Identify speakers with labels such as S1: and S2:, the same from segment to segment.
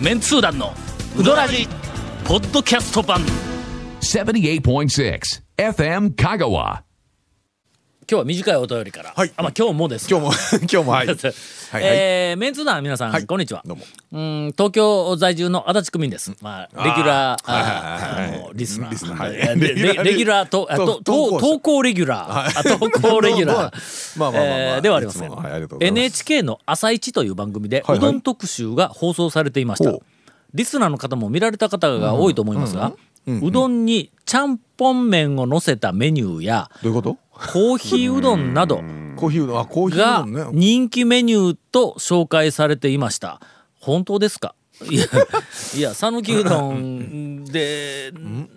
S1: メンツー団のウドラジポッドキャスト版今
S2: 78.6 FM Kagawa.
S1: 日は短いお便りから、
S3: はい
S1: あまあ今日もです
S3: 今日も 今日も はい。はいはい
S1: えーメンツー団の皆さん、
S3: はい
S1: こんにちは
S3: どうも
S1: うん東京在住の足立区民です、まあ、レギュラーあ
S3: はいはいはいはい
S1: ーあのリスナー
S3: リスナーはい
S1: えーでレレギュラーとあとと
S3: と投稿者
S1: 投稿レギュラー、あ投稿レギュラー、
S3: まあまあまあまあ
S1: えーではありますけ
S3: いつ
S1: ど
S3: もはいありがとうございます
S1: NHK の「朝一という番組で、
S3: はいはい
S1: ど
S3: う
S1: ん特集が放送されていました
S3: ほう
S1: リスナーの方も見られた方が多いと思いますが、うどんにちゃんぽん麺を乗せたメニューや
S3: どういうこと？
S1: コーヒーうどんなど
S3: コーヒーうどんあコーヒー
S1: が
S3: うどんね。
S1: 人気メニューと紹介されていました本当ですかい やいや讃岐うどんで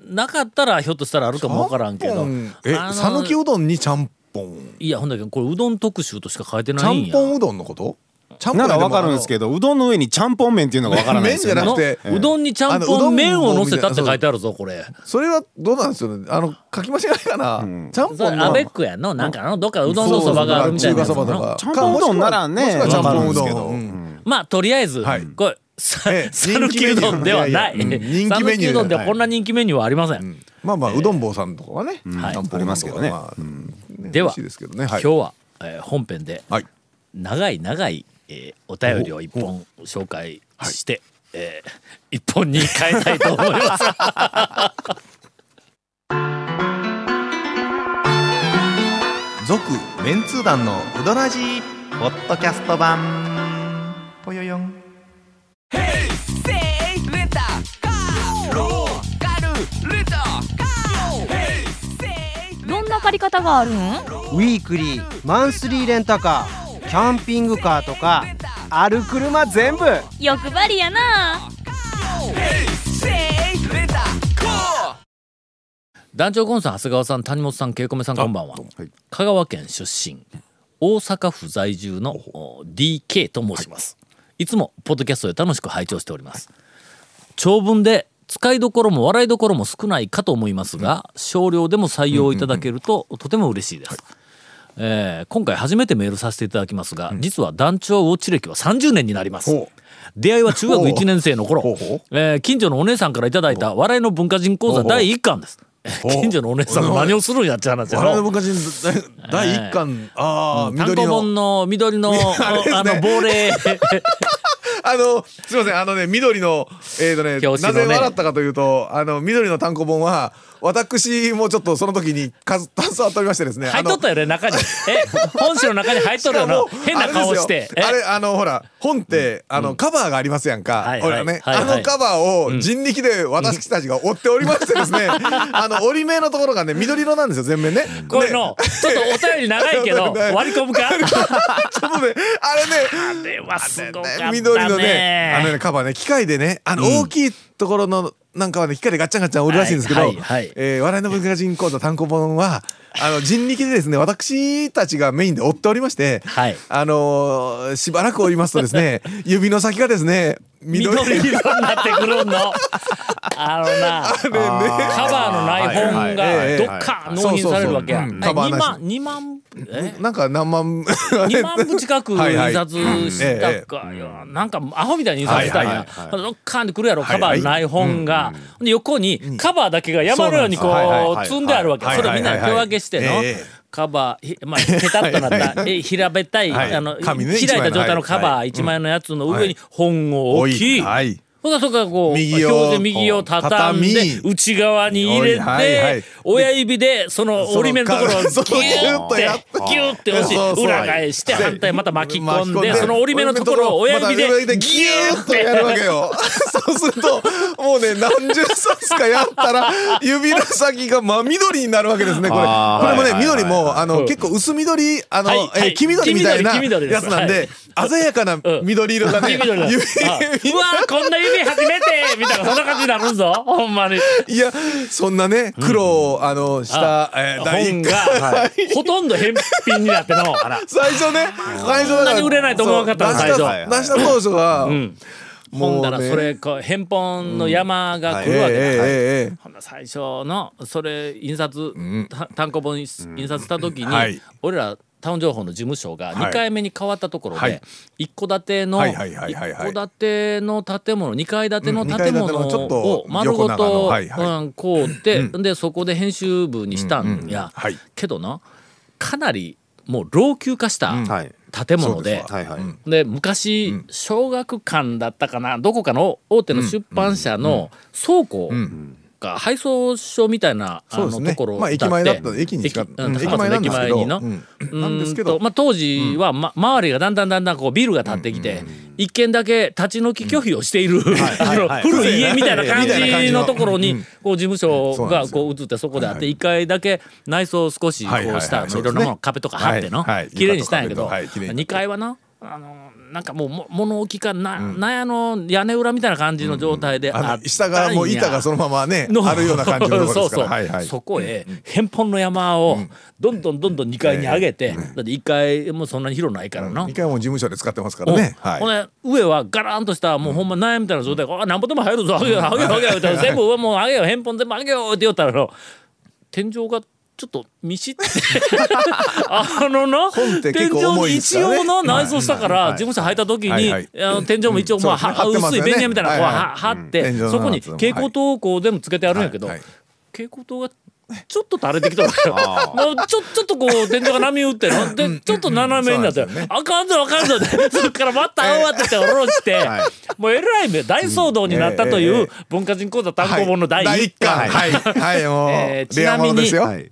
S1: なかったらひょっとしたらあるかもわからんけ
S3: ちゃ
S1: ど
S3: ぽんえ
S1: あの
S3: 讃岐うどんにちゃんぽん。
S1: いやほんだけどこれうどん特集としか書いて
S3: ち
S1: な
S3: ゃ
S1: いん
S3: ん
S1: や
S3: ぽんうどんのこと？ちゃんぽ
S4: なんらわかるんですけど、うどんの上にちゃんぽん麺っていうのがわからないんですよね。
S3: 麺じゃなくて
S1: のうどんにちゃん
S3: あのう
S1: ぽ
S3: ど
S1: ん
S3: ん
S1: 麺を乗せたって書いてあるぞこれ
S3: ど。それはどうなんですよね。あの書き間違いかな。ちゃん
S1: そ
S3: ぽ
S1: れ
S3: ん
S1: ア
S3: の
S1: ベックやんのなんかのどっかうどんそばがあるみたいなやつ
S3: 中
S1: やん
S3: 華そばと
S1: の
S3: か。
S4: ちゃんぽんうどんならね
S3: もしくはちゃんぽんうど
S4: わかる
S3: ん。うん
S4: ですけど
S3: ん
S1: まあとりあえず、
S3: はい
S1: これさ
S3: ええ
S1: 讃岐、うどんではない
S3: 人気メニューいやいやうん人気
S1: 讃
S3: メニ
S1: 岐
S3: ュー
S1: うどんでは
S3: はい
S1: こんな人気メニューはありません、
S3: まあまあうどん坊さんとかはね。
S1: はい
S3: ちゃんぽんうどんとかまあね
S1: では
S3: 美味しいですけどね。
S1: 今
S3: はい
S1: 日は、えー本編で
S3: はい。
S1: 長い長い、えーお便りを一本紹介して、えー一本に変えたいと思い ます。
S5: 続メンツー団のウドラジーポッドキャスト版ぽよよん
S6: どんな借り方があるん
S7: ウィークリーマンスリーレンタカーキャンピングカーとかある車全部
S6: 欲張りやな
S1: 団長コンさん長谷川さん谷本さん恵子めさんこんばんは、香川県出身大阪府在住のお DK と申します、い、つもポッドキャストで楽しく拝聴しております、長文で使いどころも笑いどころも少ないかと思いますが、少量でも採用いただけるととても嬉しいです、えー今回初めてメールさせていただきますが、実は団長ウォッチ歴は30年になります
S3: ほう
S1: 出会いは中学1年生の頃
S3: ほうほう、
S1: えー近所のお姉さんからいただいた笑いの文化人講座第1巻です。近所のお姉さんが何をするんやって話や
S3: 我々
S1: ろ。
S3: の文化人第第一巻ああ
S1: 単
S3: 緑
S1: 行
S3: の
S1: 本の緑 の、あの、亡霊。
S3: あの、すみません、あのね、緑の、えっ、とね
S1: 表紙
S3: な
S1: のね
S3: ぜ笑ったかというと、あの、緑の単行本は、私もちょっとその時に数、携わっておりましてですね。
S1: 入っとったよね、中に。え、本誌の中に入っとるよな
S3: も。
S1: 変な顔して。え
S3: あれあのほら本ってあのカバーがありますやん
S1: は
S3: か
S1: い
S3: ほらね
S1: はいはい
S3: あのカバーを人力で私たちが折っておりましてです ねあの折り目のところがね緑色なんですよ全面ね
S1: これの、ちょっとお便り長いけ ど、割り込むか
S3: ちょっとねあれね
S1: あれはすごかったね。
S3: 緑のねあのねカバーね機械でねあの大きいところのなんかはね機械でガッチャンガッチャン折るらしいんですけど、
S1: はいはい
S3: えー笑いの文化人講座単行 本はあの人力でですね私たちがメインで折っておりまして、
S1: はい
S3: あのーしばらく折りますとで すね指の先がですね緑
S1: 緑色になってくるの。あのな。
S3: でね
S1: カバーのない本
S3: はいは
S1: が
S3: い
S1: どっか納品されるわけや。
S3: そうそうそううん
S1: 2
S3: カバーなし
S1: 万、2万、え
S3: なんか何万
S1: 2万部近く
S3: はいは
S1: 印刷
S3: い
S1: したかよ。なんかアホみたいに印刷したん
S3: はい
S1: や
S3: は。
S1: どっかに来るやろ、カバーない本が。で横にカバーだけが山のようにこ
S3: そうなんですはいはいは
S1: う
S3: い
S1: 積んであるわけ。
S3: はい
S1: そ
S3: はい
S1: れみんな手分けしての
S3: はいはいええ。
S1: カバーひ、まあ、ペタッとなった、え平べったい、
S3: はい
S1: あの、開
S3: 紙
S1: い
S3: ね
S1: た状態のカ
S3: 一枚のはい
S1: バ
S3: は
S1: ー
S3: い
S1: 1枚のやつの上に本を置き、
S3: はい
S1: ほんならそこからこう、
S3: 右を
S1: 表で右を畳んで、
S3: 畳み
S1: 内側に入れて、
S3: はいはい
S1: 親指で、その折り目のところをギ
S3: そ
S1: ューっ、
S3: のそうギュッとやって
S1: ギューって押し、
S3: そうそう
S1: 裏返して、
S3: はい
S1: 反対また巻き込んで、その折り目のところを親指
S3: また
S1: で、
S3: ギューッとやるわけよ そうするともうね何十冊かやったら指の先が真緑になるわけですねこれ
S4: あー
S3: これもね
S4: はいはいはい
S3: 緑もあ
S1: うん
S3: の結構薄緑あの
S1: はい
S3: え
S1: はい
S3: ー黄緑みたいな
S1: 黄緑黄緑です
S3: やつなんで鮮やかな緑色がね
S1: 黄緑の。あう
S3: 指
S1: わこんな指初めてみたいな、そんな感じになる ぞ。ほんまに。
S3: いやそんなね苦労をあのしたえー第
S1: 本
S3: 一
S1: が、
S3: 回
S1: ほとんど返品になって の。
S3: 最初ね最初だ
S1: そんな
S3: か
S1: に
S3: ら
S1: 売れないと思わなかったの
S3: そう出し
S4: 最初
S3: 出した当初は
S1: ほん
S3: も
S1: だ
S3: う
S1: ら
S3: ね
S1: それ、こう返本の山が来
S3: えーえ
S1: るわけだ。
S3: ーえーえー
S1: ほんな最初のそれ印刷、た単行本印刷した時に、
S3: はい
S1: 俺らタウン情報の事務所が
S3: はい
S1: 2階目に変わったところで、
S3: はい
S1: 一戸建ての
S3: はいはいはいはいはい
S1: 一戸建ての建物2階建ての建
S3: うん二階建てのちょっ
S1: 物
S3: と
S1: を丸ご
S3: 横長の
S1: と
S3: はいは
S1: うんこうって、でそこで編集部にしたんや、
S3: はい
S1: けどなかなりもう老朽化した
S4: はい
S1: 建物で。
S4: はいはい
S1: で昔、小学館だったかなどこかの大手の出版社の倉庫が配送所みたいな、あ
S3: そう
S1: の
S3: です
S1: と
S3: ね
S1: ころ
S3: まあ駅前だった駅に近
S1: 駅,、う、
S3: うんん
S1: 高松の駅前にの、
S3: うん
S1: うん
S3: なんですけど
S1: とまあ、当時は、ま、周りがだんだんだんだんこうビルが建ってきて、一軒だけ立ち退き拒否をしている、あの古い家みたいな感
S3: みたいな感
S1: じ
S3: じ
S1: の
S3: の
S1: ところにこう事務
S3: そ
S1: 所
S3: うなん
S1: が
S3: ですよ
S1: こう移ってそこであっ
S3: はい
S1: て
S3: はい
S1: 一階だけ内装を少しこ
S3: はいはいは
S1: う
S3: い
S1: したの
S3: そう
S1: い
S3: で
S1: ろ
S3: す
S1: ん
S3: ね
S1: なもの壁とか貼っての
S3: はいはい
S1: 綺麗にしたんやけど
S3: はい綺麗に
S1: 二階はなあのなんかもうも物置かななんやの屋根裏みたいな感じの状態であ
S3: あ
S1: ったん
S3: の
S1: や
S3: 下がもう板がそのままね
S1: の
S3: あるような感じのところですか
S1: そうそう
S3: らはいはい
S1: そこへ偏本の山をどんどんどんどん2階に上げて、だって1階もそんなに広ないからな、
S3: 2回も事務所で使ってますからね
S1: うん
S3: はい
S1: ほんで上はガランとしたもうほんま悩みたいな状態で「あなんぼでも入るぞ上げよう上げよう上げよう」 って全部上もう上げよう返本全部上げようって言ったらの天井がちょっと見 しってあのな
S3: 本って
S1: 天
S3: 結構重
S1: 井
S3: い
S1: に
S3: です
S1: 一
S3: よね
S1: 応の内装したから
S3: はいはい
S1: 事務所入った時に、
S3: はいはい
S1: あの天井も一応まあ、
S3: そう
S1: は
S3: ですね貼ってます
S1: 薄い
S3: よね
S1: ベニヤみたいなのを
S3: はいは
S1: はい貼って、
S3: 天井の
S1: そこに
S3: やつも
S1: 蛍光灯をこう全部つけてあるんやけど、
S3: はいはい
S1: 蛍光灯がちょっと垂れてきたの よもうちょちょっとこう天井が波打ってのでちょっと斜めになって、
S3: そうなんですよね
S1: あかんぞあかんぞってそっからまた慌てて下ろして、もうえらい目大騒動になったという文化人講座単行本の第1巻、
S3: はい第一巻はいはい
S1: え
S3: も
S1: ー
S3: うレアものですよ
S1: ちな
S3: はい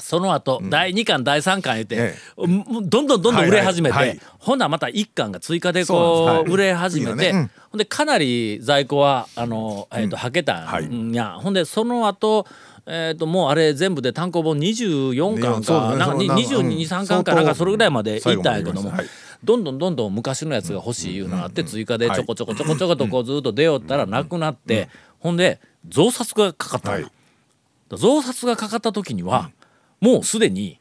S1: その後、第2巻第3巻言って、
S3: え
S1: もうどんどんどんどん売れ始めて、
S3: はいはいはい
S1: ほんならまた1巻が追加で
S3: そうな
S1: こ
S3: んで
S1: う
S3: す
S1: 売れ始めて、
S3: 次のねうん
S1: ほんでかなり在庫はあの、えー、とはけたんや、ほんでその後えー、ともうあれ全部で単行本24巻
S3: そうで
S1: かなんか
S3: すねそのなんかうん
S1: 223巻かなんかそれぐらいまでいったんやけども、
S3: 最後までいきましたはい
S1: どんどんどんどん昔のやつが欲しいいうのがあって追加でちょこちょこちょこちょことこうずっと出よったらなくなって、ほんで増刷がかかったんや
S3: はい
S1: 増刷がかかった時には、もうすでに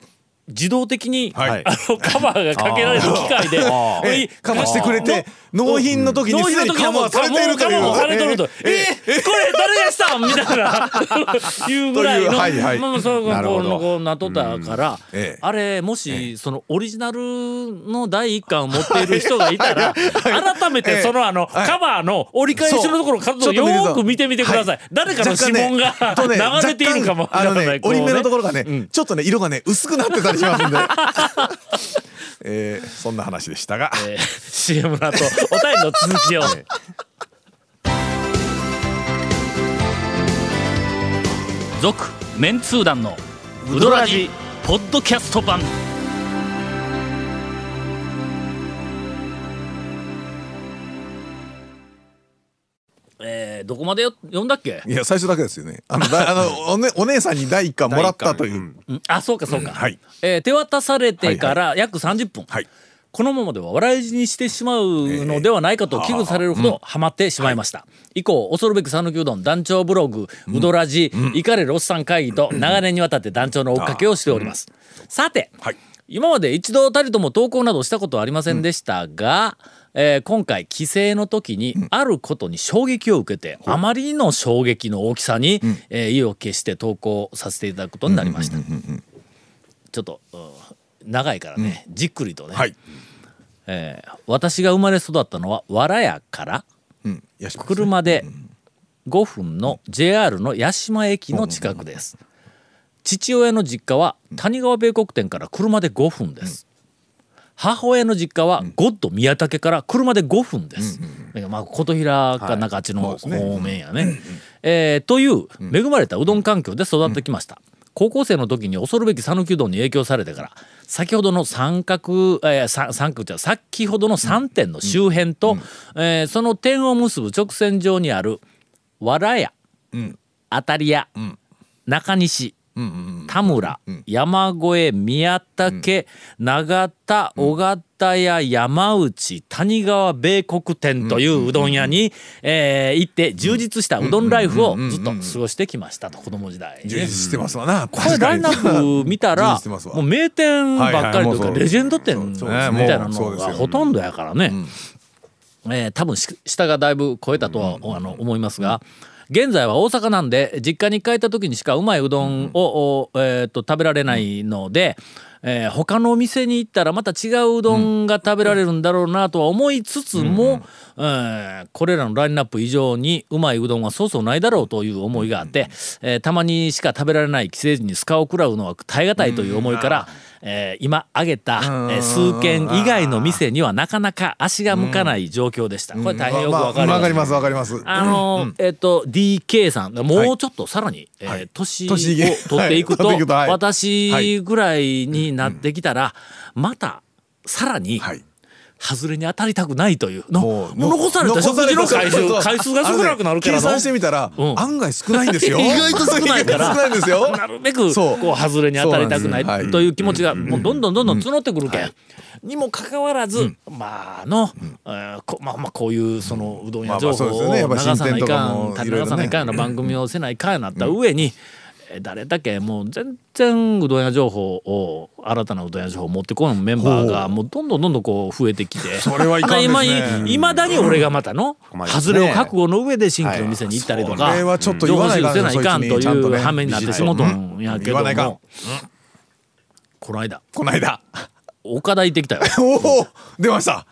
S1: 自動的に、
S3: はい
S1: あのカバーがかけられる機械で
S3: えーかましてくれて納品の時に
S1: 納
S3: す
S1: 品
S3: でに
S1: の時
S3: カ
S1: はも
S3: バ
S1: う
S3: ーされているという
S1: もうカバーされてるとえーこれ誰がしたん みたいないうぐらいの
S3: というはいはい
S1: まあまあそう
S4: なる
S1: こ
S4: ほ
S1: う
S4: ど
S1: こうなっとったから、
S3: ええ
S1: あれもしそのオリジナルの第一巻を持っている人がいた ら改めてそのあのカバーの折り返しのところ
S3: そう
S1: をよーく見てみてください誰かの指紋が
S3: とね
S1: 流れているかもわ
S3: 若干
S1: か
S3: あ
S1: ら
S3: の
S1: ない
S3: ね
S1: こう
S3: 折
S1: ね
S3: り目のところがね、
S1: うん
S3: ちょっとね色がね薄くなってたりします んで、 えー、そんな話でしたが、
S1: えー CM の後お便りの続きを。続メンツー団のウドラジポッドキャスト版えーどこまでよ読んだっけ
S3: いや最初だけですよねあのだあのお,、ね、お姉さんに第一巻もらったという、
S1: うんあそうかそうか、
S3: はい
S1: えー手渡されてから約30分、
S3: はい
S1: このままでは笑い死にしてしまうのではないかと危惧されるほどハマってしまいました、以降恐るべき讃岐うどん団長ブログ「うどらじ」イカれるおっさん会議」と長年にわたって団長の追っかけをしております、さて、
S3: はい
S1: 今まで一度たりとも投稿などしたことはありませんでしたが、えー今回帰省の時にあることに衝撃を受けて、あまりの衝撃の大きさに、えー意を決して投稿させていただくことになりました、ちょっと、うん長いからね、じっくりとね、
S3: はい、
S1: えー私が生まれ育ったのは藁屋から
S3: うん、よし
S1: 車で5分の JR の八島駅の近くです父親の実家は谷川米国店から車で5分です母親の実家はゴッド宮武から車で5分です、だからまあ琴平か中地の方面やね、えーという恵まれたうどん環境で育ってきました、高校生の時に恐るべき讃岐うどんに影響されてから先ほどの三角、えー、さ三角じゃない先ほどの3点の周辺と、えーその点を結ぶ直線上にあるわらや、あたりや、中西、田村、山越え宮武、長田尾形屋山内谷川米国店といううどん屋に、えー行って充実したうどんライフをずっと過ごしてきましたと子供時代にね
S3: 充実してますわな、
S1: これラインナップ見た
S3: 充
S1: ら
S3: 実してますわ
S1: もう名店ばっかりという
S3: はいはい
S1: か
S3: もうそう
S1: レジェンド店み
S3: そう
S1: た
S3: ですね
S1: いな
S3: もうそ
S1: の
S3: うです
S1: が
S3: よ
S1: ほとんどやからね、えー多分し下がだいぶ超えたとは、あの思いますが。現在は大阪なんで実家に帰った時にしかうまいうどんを、おえーと食べられないので、えー他のお店に行ったらまた違ううどんが食べられるんだろうなとは思いつつも、えーこれらのラインナップ以上にうまいうどんはそうそうないだろうという思いがあって、えーたまにしか食べられない既成人にスカを食らうのは耐え難いという思いから、えー今挙げた、えー数軒以外の店にはなかなか足が向かない状況でした。これ大変よくわかりま
S3: わか
S1: す
S3: り。ますわかります
S1: あのーえっと DK さんもうちょっとさらに、えー年を取っていくと,、
S3: はい取っていくとはい
S1: 私ぐらいになってきたら、またさらに、
S3: はい
S1: 外れに当たりたくないというの
S3: もう
S1: 残された食事の回数回数が少なくなるから
S3: 計算してみたら
S1: うん
S3: 案外少ないんですよ
S1: 意外と少ないから
S3: 意外と少ないんですよ
S1: なるべく
S3: そう
S1: こう外れに当たりたくない
S3: そうなんですはい
S1: という気持ちがもうどんどんどんどん募ってくるけん。にもかかわらず、まああの、えーこまあまあこういうそのうどん
S3: ま
S1: や
S3: あ
S1: 情
S3: ま
S1: 報
S3: あそうですよ
S1: を
S3: ねやっ
S1: 流
S3: ぱ
S1: さない
S3: 新店と
S1: か
S3: か
S1: ん、
S3: も
S1: た
S3: いろいろ
S1: 流
S3: ね
S1: さないかんような番組をせないかんなった上に、えー誰だけもう全然うどん屋情報を新たなうどん屋情報を持ってこのメンバーがもうどんどんどんどんこう増えてきてそ
S3: れはいかんですね
S1: いまだに俺がまたの
S4: 困ります
S1: 外
S4: ね
S1: れを覚悟の上で新規の店に行ったりとか、
S3: これはちょっと言わない
S1: 情報
S3: か
S1: 収集せないかん
S3: そい
S1: と
S3: つにちゃんと
S1: いう
S3: ね
S1: 羽目になってしもうとんやけど
S3: 言わないかん
S1: もこの間
S3: この間
S1: 岡田行ってきたよ
S3: おお出ました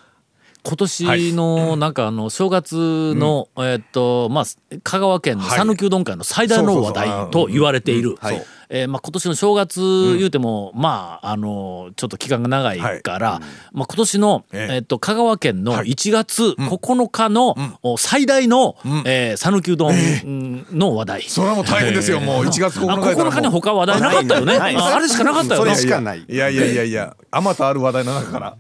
S1: 今年のなんかあの正月のえっとまあ香川県の
S3: はい
S1: 讃岐うどん会の最大の話
S3: そうそうそ
S1: 題
S3: う
S1: と言われている
S4: はい
S1: そうえーまあ今年の正月言うてもまああのちょっと期間が長いからまあ今年の
S3: ええ
S1: えっと香川県の
S3: はい
S1: 1月9日のお最大のえー讃岐うどんの話題。
S3: それはもう大変ですよもう1月9
S1: あ
S3: 日やったら
S1: 9
S3: もう
S1: 日に他話題なかったよね。
S4: ないない
S1: ああれしかなかったよ
S4: そ
S1: ね
S4: れ。しかない
S3: いやいやいやいやあまたある話題の中から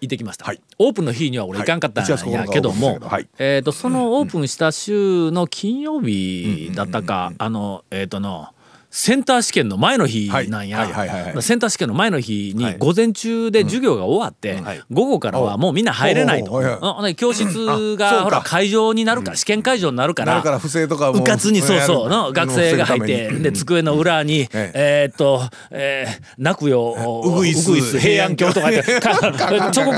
S1: 行ってきました、
S3: はい
S1: オープンの日には俺行かんかったん
S3: はい1月9
S1: や
S3: 日
S1: けども、
S3: オープンでしたけどはい
S1: えー、とそのオープンした週の金曜日だったか、あのえっ、とのセンター試験の前の日なんや、
S3: はいはいはいはいはい
S1: センター試験の前の日に午前中で授業が終わって、午後からはもうみんな入れないと、
S3: おうおうおう
S1: うんほんで教室
S3: あそう
S1: が
S3: か
S1: ほら会場になるから、試験会場になるから
S3: なるから不正とかも
S1: うかつにそうそう
S3: や
S1: の
S3: る
S1: 学生が入って
S3: のを防ぐために
S1: で机の裏に
S3: え
S1: えーっとえー「泣くよ
S3: うぐいす
S1: う平安京」とか言って彫刻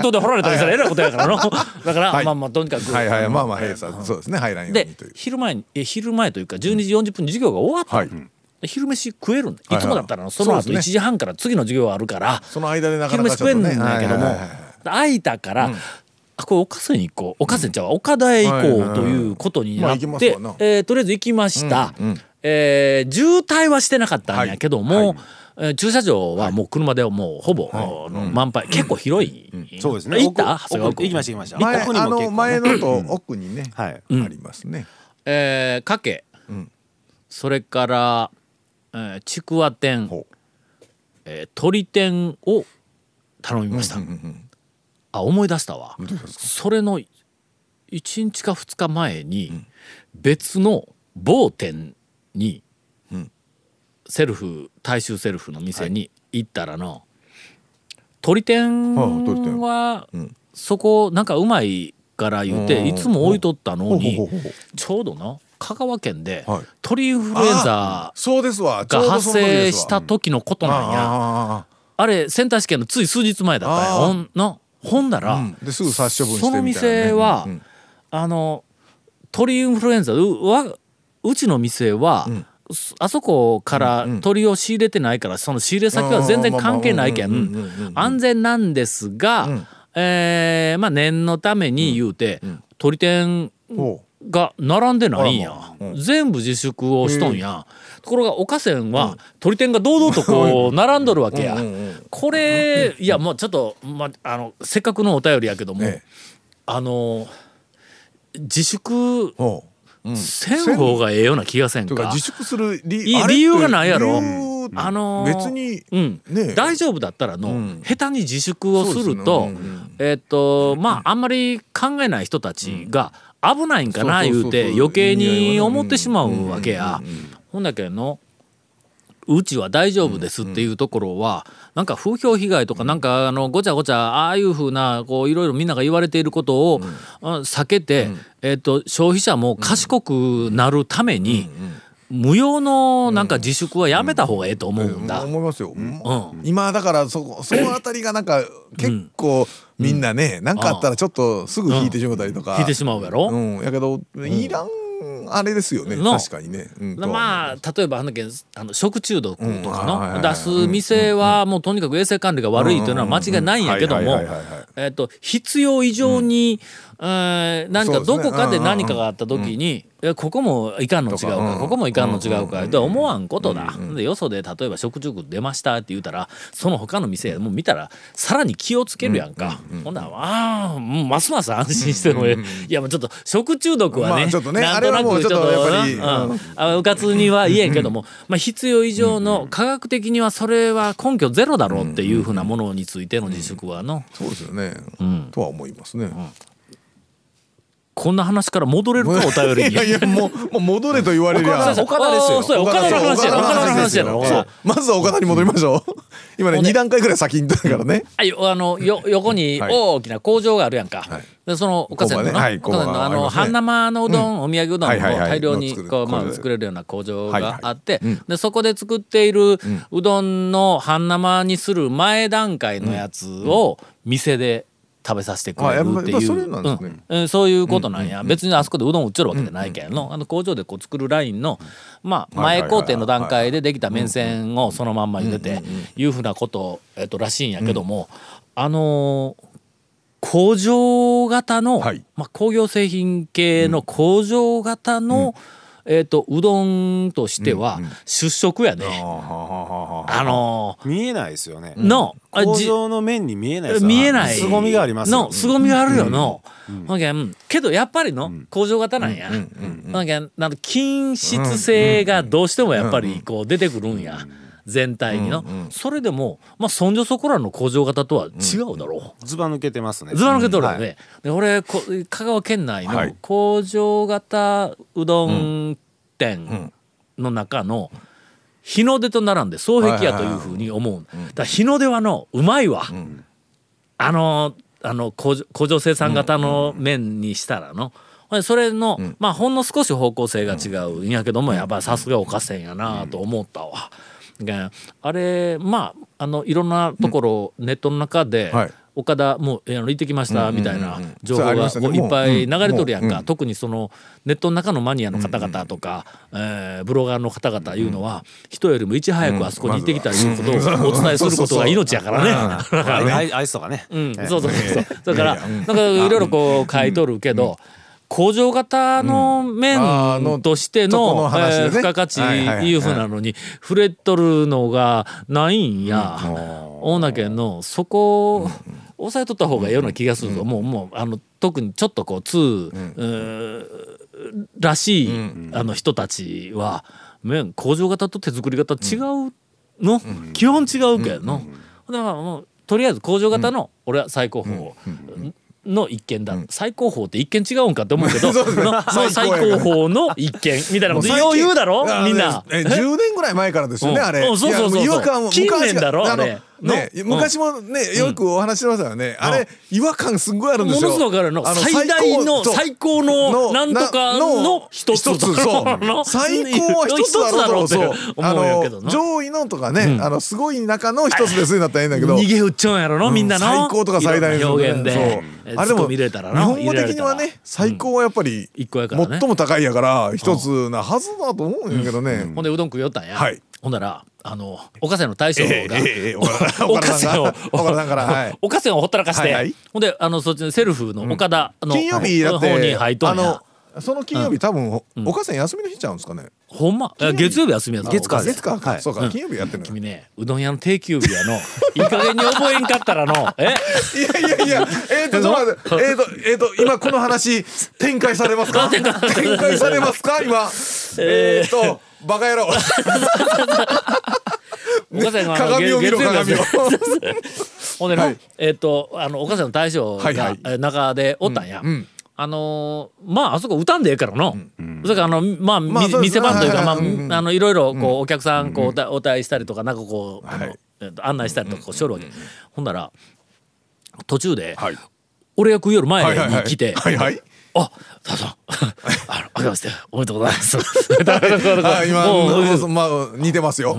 S1: 刀で彫られたりしたらえらいことやからのだから
S3: はい
S1: まあまあとにかく
S3: はいはいまあまあ平さんそうですね入らんよう
S1: で
S3: にという
S1: 昼前にえ昼前というか12時40分に授業が終わった
S3: は
S1: の
S3: い
S1: で昼飯食えるんだい
S3: はいはい
S1: つもだったらその後
S3: そうで
S1: 1
S3: す
S1: 時半から次の授業があるから
S3: その間でなか
S1: 昼
S3: な
S1: 飯
S3: かちょ
S1: 食え
S3: っと
S1: ん
S3: ね
S1: だけど
S3: はい
S1: も
S3: はいはいはい
S1: 空いたから、あこれおかせに行こうおかせちゃうわ岡田へ行
S3: はいはい
S1: こ
S3: は
S1: う
S3: い
S1: ということになって、
S3: まあ行きますわな
S1: えーとりあえず行きました、えー渋滞はしてなかったんやけども、えー駐車場はもう車でもうほぼ、あの満杯結構広い、
S4: そうですね
S1: 行った長谷川
S4: 奥
S1: 君
S4: 行きました行きました
S3: 前
S4: 奥に
S3: あ
S4: も結
S3: の
S4: 構ね
S3: 前のと奥にね
S4: は
S3: あ
S4: い
S3: りますね
S1: えー、かけ、それから、えーちくわ天
S3: ほう、
S1: えー鶏天を頼みました、あ思い出したわそれの1日か2日前に別の某店に、セルフ大衆セルフの店に行ったらの、鶏天
S3: はい鶏天
S1: はそこなんかうまいから言うていつも置いとったのに
S3: ほうほうほうほう
S1: ちょうどな香川県で
S3: はい
S1: 鳥インフルエンザ
S3: そうですわちょう
S1: が
S3: どそ
S1: 発
S3: の時
S1: 生
S3: ですわ
S1: した時のことなんやあ
S3: あ
S1: れセンター試験のつい数日前だったんや
S3: あー
S1: ほんなほんなら、
S3: ーですぐ殺処分して
S1: そ
S3: みたいな
S1: の
S3: ね
S1: 店は、あの鳥インフルエンザうわうちの店は、そあそこから鳥を仕入れてないからその仕入れ先は全然関係ないけ
S3: うんうんうんう
S1: ん
S3: ん
S1: 安全なんですが、えーまあ念のために言うて、鳥天
S3: ほ
S1: が並んでないんや、
S3: あらまあうん
S1: 全部自粛をしとんや、ところが岡線は、鳥天が堂々とこう並んどるわけや、これ、いやもうちょっと、ま、あのせっかくのお便りやけども、
S3: ええ
S1: あの自粛
S3: うほう
S1: せん方がええような気がせん
S3: というか
S1: か
S3: 自粛する理
S1: いい
S3: あれって
S1: 理由がないやろ
S3: 理由
S1: あのー
S3: 別に
S1: うん
S3: ねえ
S1: 大丈夫だったらの、
S3: ん
S1: 下手に自粛をすると
S3: そうですねうんうん
S1: えっとまああんまり考えない人たちが危ないんかな
S3: そうそ
S1: 言
S3: うそうう
S1: て
S3: そう
S1: 余計
S3: 意味合いは
S1: に
S3: ね
S1: 思ってしまうわけや。ほんだけのうちは大丈夫ですっていうところは、なんか風評被害とか、なんかあのごちゃごちゃ、ああいうふうな、こういろいろみんなが言われていることを、あ避けて、えっと、消費者も賢くなるために、無用のなんか自粛はやめた方がええと思うんだ。
S3: 思いますよ、
S1: ん
S3: 今だからそこそのあたりがなんか結構みんなね何、なん、かあったらちょっとすぐ引いてしまったりとか、
S1: 聞いてしまうやろ、
S3: うんやけどいらんうんあれですよね
S1: の
S3: 確かにね、うん
S1: まあ例えばあのけあの食中毒と
S3: うんあーはい
S1: か
S3: は
S1: の
S3: い
S1: 出す店はもうとにかく衛生管理が悪いというのは間違いないんやけど
S3: うんうんうん
S1: も
S3: はいはいはいはいはい
S1: えっと必要以上に、えー何か
S3: そうです
S1: ど
S3: ね
S1: こかで
S3: うんうんうん
S1: 何かがあった時に、えここもいかんの違う
S3: と
S1: か
S3: かうん
S1: ここもいかんの違うかとは思わんことだ、でよそで例えば食中毒出ましたって言うたらその他の店もう見たらさらに気をつけるやんか、ほんならああもうますます安心してもええ、いやもうちょっと食中毒はね,、
S3: まあちょっとね
S1: なんとな
S3: あれはも
S1: く
S3: う
S1: ち
S3: ち
S1: ょ
S3: ょ
S1: っ
S3: っ
S1: と
S3: とやっぱり
S1: うんうんあうかつには言えんけども、まあ、必要以上の科学的にはそれは根拠ゼロだろうっていうふうなものについての自粛はの、
S3: そうですよね、
S1: ん
S3: とは思いますね、
S1: こんな話から戻れるかお便りに。
S3: いやいやもうもう戻れと言われりゃ
S1: 岡田岡田ですよそうや岡田の話やろ岡田の話やろ
S3: 岡田の話ですよそうまずは岡田に戻りましょう 今ね
S1: ほんで
S3: 2段階ぐらい先にだからね
S1: あよあのよ横に
S3: はい
S1: 大きな工場があるやんか、
S3: はい
S1: でその岡さんの,、
S3: 工場ねはい
S1: 岡さん
S3: 工
S1: の
S3: 場
S1: あ
S3: があり
S1: の
S3: ますね
S1: 半生のうどん、お土産うどんを
S3: はいはいはい
S1: 大量に
S3: の作る
S1: こう、ま
S3: 工
S1: あ、
S3: 場
S1: 作れるような工場
S3: はいは
S1: が
S3: い
S1: あって、でそこで作っているうどんの半生にする前段階のやつを店で食べさせてくれるってい
S3: あやっぱ
S1: う
S3: それなんですね
S1: うんえーそういうことなんや、別にあそこでうどん売っちゃるわけじゃないけんの,、あの工場でこう作るラインの、まあ、前工程の段階でできた面線をそのまんま入れていうふうなこと、えっとらしいんやけども、あのー工場型の、
S3: はい
S1: まあ、工業製品系の工場型の、えっとうどんとしては出色やね、あの
S4: 見えないですよね。
S1: ーの、あ
S4: 構
S1: じ
S4: 造の面に見えないですよ
S1: 見えない
S4: 凄みがありますよ
S1: の凄みがあるよの、ほんけんけどやっぱりの工場型なんや、ほんけんなんか均質性がどうしてもやっぱりこう出てくるんや、全体にの、それでもまあそんじょそこらの工場型とは違うだろう、
S4: ズバ抜けてますね。
S1: ずば抜けとるよね、
S4: はい。
S1: で俺こ香川県内
S3: は
S1: の
S3: い
S1: 工場型うどん店の中の日の出と並んで双璧やというふうに思う、だから日の出はのうまいわ、あのあの工場工場生産型の麺にしたらの、それの、まあほんの少し方向性が違うんやけども、やっぱさすがおかせんやなと思ったわ。があれまああのいろんなところ、ネットの中で、
S3: はい
S1: 岡田もうえーあの行ってきましたみたいな情報
S3: そうあり
S1: が
S3: ましたね
S1: こういっぱい流れとるやん
S3: もう
S1: か、特にそのネットの中のマニアの方々とか、えーブロガーの方々いうのは、人よりもいち早くあそこに行ってきたりいうことをお伝えすることが命やからね。だからね
S4: アイアイスとかね。
S1: うん、そうそうそうそう。だから、なんかいろいろこう書いとるけど、工場型の面
S3: あーの
S1: として
S3: とこの
S1: の
S3: 話で
S1: え
S3: ね
S1: ー付加価値
S3: はいはいはい
S1: いうふうなのに触れとるのがないんや。大名県のそこを押さえとった方がいいような気がするぞ。もうもうあの特にちょっとこう通うーらしいあの人たちは面工場型と手作り型違うの基本違うけどの。だからもうとりあえず工場型の俺は最高峰の一件だ、最高峰って一見違うんかって思う けどそのその最高峰の一件 みたいなことよう言うだろ
S3: あのね
S1: みんな。
S3: え10年ぐらい前からですよね
S1: うん
S3: あれ
S1: うんそうそうそうそう
S3: いやも違和感を
S1: 近年だろ
S3: 昔あの
S1: あれ
S3: ね
S1: の
S3: 昔もねよくお話しましたよねあれ違和感すごいあるんで
S1: も
S3: すよ
S1: のすごくあるの
S3: あの
S1: 最大の
S3: そう
S1: 最高のなんとかの一つだろ
S3: そう
S1: の
S3: 最高は一つだろう
S1: 一つだろうって
S3: そう
S1: 思うんやけど
S3: あ
S1: な
S3: の上位のとかね、あのすごい中の一つですになったらいいんだけ ど
S1: 逃げ打っちゃうんやろの、みんなの
S3: 最高とか最大
S1: いろ
S3: の
S1: んな表現でえ
S3: あ
S1: ツ
S3: で
S1: ッコ
S3: も
S1: ミ入れたら
S3: 日
S1: な
S3: 本語
S1: 入れら
S3: 的
S1: れ
S3: に
S1: たら
S3: はね最高はやっぱり、
S1: 一個やからね
S3: 最も高いやから一つなはずだと思うんやけどね、
S1: ほんでうどん食いよったんや、
S3: はい
S1: ほんならあのおかせの大将が、
S3: ええええええ岡田
S1: お 岡せんを
S3: 岡田さんから はい
S1: おかせんをほったらかして、
S3: はいはい
S1: ほんであのそっちのセルフの岡田の、
S3: 金曜日だって、
S1: 方に入っと
S3: あ
S1: んや
S3: のその金曜日多分、お母さん休みの日ちゃうんですかね
S1: ほんまいや月曜日休みやぞ
S3: 月
S1: お
S3: か
S1: かせん
S3: 月か、そうか、金曜日やってるの
S1: 君ねうどん屋の定休日やのいい加減に覚えんかったらのえ
S3: いやいやい や、えっ、ー、と、ちょっと待って、えっ、ー、と、えっ、ー、と、今この話、展開されます か展開されますか今。えっ、ー、と、バカ野 郎。
S1: おかせんがあの
S3: 鏡を見ろ、
S1: 月曜日休み
S3: 鏡を。
S1: ほんでの、
S3: はい
S1: えっ、とあのおかせの大将が、
S3: はいはい
S1: え中でおったんや、あのーまああそこ歌んでええからの、それからあのまあ、み
S3: まあそうです
S1: 店番というか、
S3: はい
S1: ま
S3: は
S1: あ
S3: いはいうん
S1: あのいろいろこうお客さんこうおたお対したりとかなんかこう、あの
S3: はい
S1: えっと案内したりとかこうしょるわけ、ほんなら途中で、
S3: はい
S1: 俺が食いよる前
S3: はいはいは
S1: に
S3: い。
S1: 来て、
S3: はいはい。
S1: あ、さあさ あ、あの、あけまして、おめでとうございます。 だからだからだから
S3: あ、今、
S1: もう
S3: まあ、似てますよ。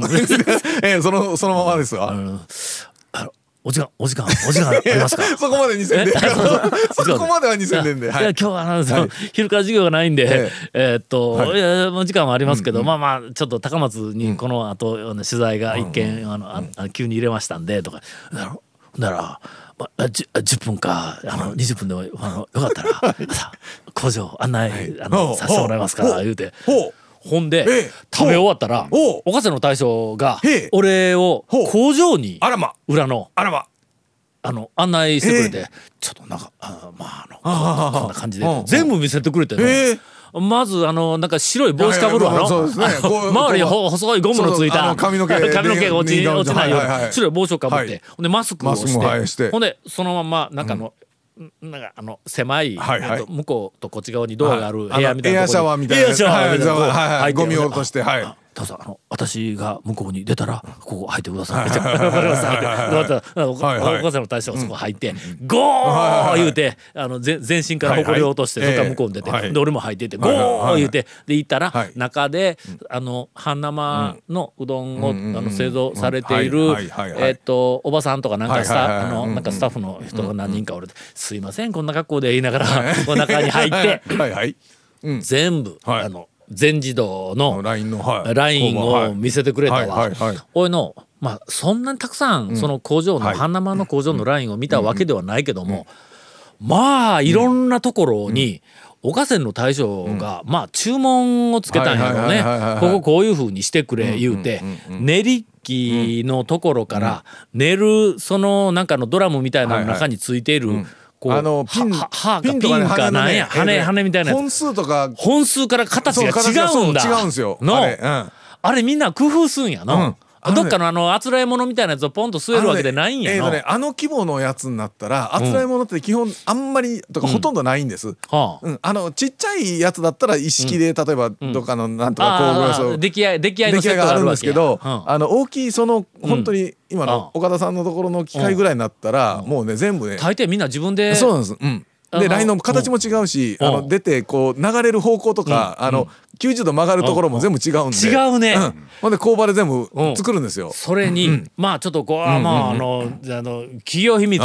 S3: えー、その、そのままですわ。
S1: あのお時間、お時間、お時間ありますか
S3: そこ まで2000
S1: え
S3: 年
S1: そう
S3: そこまでは2000年で
S1: いや
S3: はい
S1: や今日はあのその昼から授業がないんで、えーっと、
S3: は
S1: い
S3: い
S1: やもう時間はありますけど、まあまあちょっと高松にこの後、あの取材が一件、あのああ急に入れましたんでとかならなら、まあ、じゅ10分かあの20分でもあのよかっ たらさ工場案内、あ
S3: お
S1: の
S3: う
S1: させてもらいますか
S3: おう
S1: ら言うて
S3: ほう
S1: ほんで、
S3: ええ
S1: 食べ終わったら
S3: おう
S1: お菓子の大将が
S3: へえ
S1: 俺を
S3: ほう
S1: 工場に
S3: あらま
S1: 裏の
S3: あらま
S1: あの案内してくれて、ちょっとなんかあまああの
S3: ああ
S1: こんな感じで
S3: ああ
S1: 全部見せてくれてね
S3: え
S1: まずあのなんか白い帽子かぶるわ
S3: いや
S1: の
S3: いやそうですね
S1: あの
S3: こう
S1: 周りに
S3: こ
S1: ほ細いゴムのつい
S3: そうそうあ
S1: た
S3: の髪の毛
S1: 髪の毛が落ち
S3: 人間の
S1: 落ちないように、
S3: はいはい
S1: 白い帽子をかぶって、
S3: はい
S1: ほんでマスクをし
S3: マスクもはい
S1: て
S3: して
S1: ほんでそのままなんかあの、なんかあの狭い、
S3: はいはい
S1: えっと向こうとこっち側にドアがある部屋みたい
S3: エ
S1: な
S3: ア
S1: と
S3: シャ
S1: こ
S3: ワー
S1: ろに
S3: みたいな
S1: エアシャワーみたいなとこ
S3: はいはいはいはい
S1: 入って
S3: ゴミを落としてはい
S1: あタモさんあの私が向こうに出たらここ入ってください。わ かりました。わかりました。お
S3: はいはい
S1: 母さんの大将がそこ入ってゴー言うてあの全全身から埃を落として
S3: はい
S1: そっ
S3: は
S1: から向
S3: い
S1: こうに出
S3: ええは
S1: て
S3: い
S1: で俺も入ってってゴ
S3: はいはいは
S1: ー
S3: い
S1: 言うてで行ったら
S3: はい
S1: 中であの半生のうどんをあ
S3: んうんうん
S1: の製造されてい
S3: うん
S1: る
S3: はいはいはいはい
S1: えっとおばさんとかなんかスタ
S3: はいは
S1: あ
S3: いはいはい
S1: の
S3: うんうん
S1: なんかスタッフの人が何人かおるすいませんこんな格好で言いながらお中に入って
S3: はいはい
S1: 全部
S3: はい
S1: あの全自動の
S3: ラインのはい
S1: ラインを見せてくれた
S3: は
S1: わ
S3: いはいはい。
S1: おいの、まあ、そんなにたくさん、その工場の、
S3: はい
S1: 半生の工場のラインを見たわけではないけども、まあ、いろんなところに、岡線の大将が、まあ、注文をつけたんやろう
S3: はいはいはいはい
S1: ね
S3: は。い
S1: こここういうふうにしてくれ、言うて、練り機のところから、練る、その、なんかあのドラムみたいなの中についている、こう、
S3: あのピン
S1: はは歯
S3: ピ
S1: か
S3: ン
S1: ピ
S3: と
S1: ン
S3: かね
S1: か
S3: 羽の
S1: なん
S3: ね
S1: や、羽、羽みたいなやつ
S3: 本数とか
S1: 本数から形が
S3: そう形
S1: 違
S3: が
S1: うんだ
S3: そう違うんですよ
S1: の
S3: あ
S1: あ
S3: れ
S1: れ,、
S3: うん
S1: みんな工夫すんや
S3: うん
S1: の、
S3: あのね
S1: どっかのあのあつらえ物みたいなやつをポンと吸えるわけでないんや
S3: あ
S1: の、
S3: のねえーとねあの規模のやつになったらあつらいものって基本あんまりとかほとんどないんです、うん
S1: はあ
S3: あのちっちゃいやつだったら一式で、例えばどっかのなんとか工
S1: あ
S3: 具屋
S1: あ
S3: さん
S1: 出来合い出来合い
S3: 出
S1: の
S3: 来
S1: セ
S3: 合
S1: ッ
S3: い
S1: ト
S3: が
S1: が
S3: あ
S1: あ
S3: る
S1: る
S3: ん
S1: わけや
S3: ですけど、
S1: うん
S3: あの大きいその本当に今の岡田さんのところの機械ぐらいになったら、もうね全部ね、
S1: 大抵みんな自分で
S3: そうなんです、うん
S1: あの
S3: でラインの形も違うし、
S1: うん
S3: あの出てこう流れる方向とか、あの90度曲がるところも全部違うんで、
S1: 違うね
S3: んほんで工場で全部
S1: うん
S3: 作るんですよ、
S1: それに、まあちょっとこう、あまああのあの企業秘密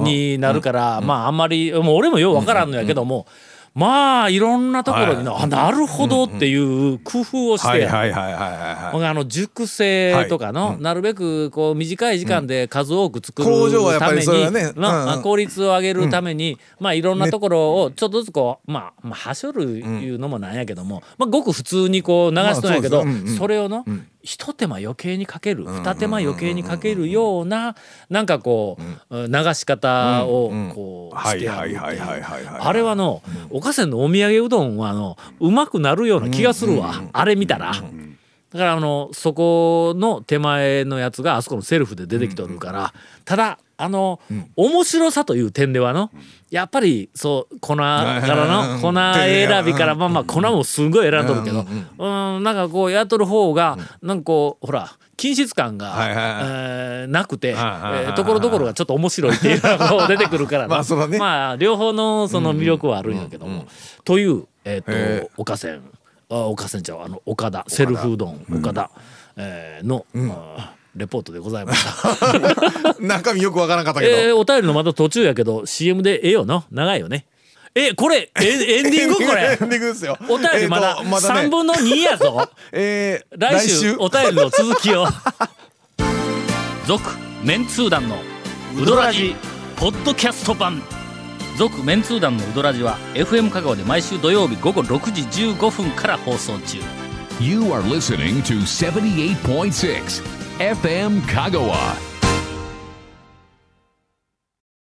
S1: になるから、まああんまりもう俺もようわからんのやけども、まあいろんなところにな、あなるほどっていう工夫をして、
S3: いはいはいはいはい
S1: 僕あの熟成とかの、なるべくこう短い時間で数多く作る
S3: 工場はやっ
S1: た
S3: ぱ
S1: めに、
S3: りそれはね
S1: まあ
S3: うんうん
S1: 効率を上げるために、まあいろんなところをちょっとずつこう、まあ、まあはしょるいうのもなんやけども、まあごく普通にこう流しとんやけど、
S3: まあ
S1: そ
S3: そうですねうんうん
S1: れをの、一手間余計にかける二手間余計にかけるようななんかこう、流し方をこうしてやるって
S3: はいはいはいいうはいはい
S1: あれはの、おかせのお土産うどんはあのうまくなるような気がするわ、あれ見たら。だからあのそこの手前のやつがあそこのセルフで出てきとるから、ただあの、面白さという点ではのやっぱりそう粉からの粉選びからまあまあ粉もすごい選んどるけどうんなんかこうやっとる方がなんかこうほら均質感
S3: はいはいはい
S1: がえーなくてえ
S3: はいはいはい
S1: ーところどころがちょっと面白いっていうのがこう出てくるからな
S3: まあそらね
S1: まあ両方のその魅力はあるんやけども。という、えっ、
S3: へ
S1: と、岡線、あ、岡線ちゃう、あの、岡田、セルフうどん、岡田、えーの、あーレポートでございました。
S3: 中身よくわからんかったけど、
S1: えーお便りのまだ途中やけど、CM でええよな、長いよね。え、これ、えエンディングこ
S3: エ
S1: れ
S3: ン。ディングですよ
S1: お便りまだ
S3: えーとまだね
S1: 3分の2やぞ。
S3: えー
S1: 来週、お便りの続き を。続、メンツー団の、ウドラジ、ポッドキャスト版。続メンツー団のウドラジは FM 香川で毎週土曜日午後6時15分から放送中
S2: You are listening to 78.6 FM Kagawa.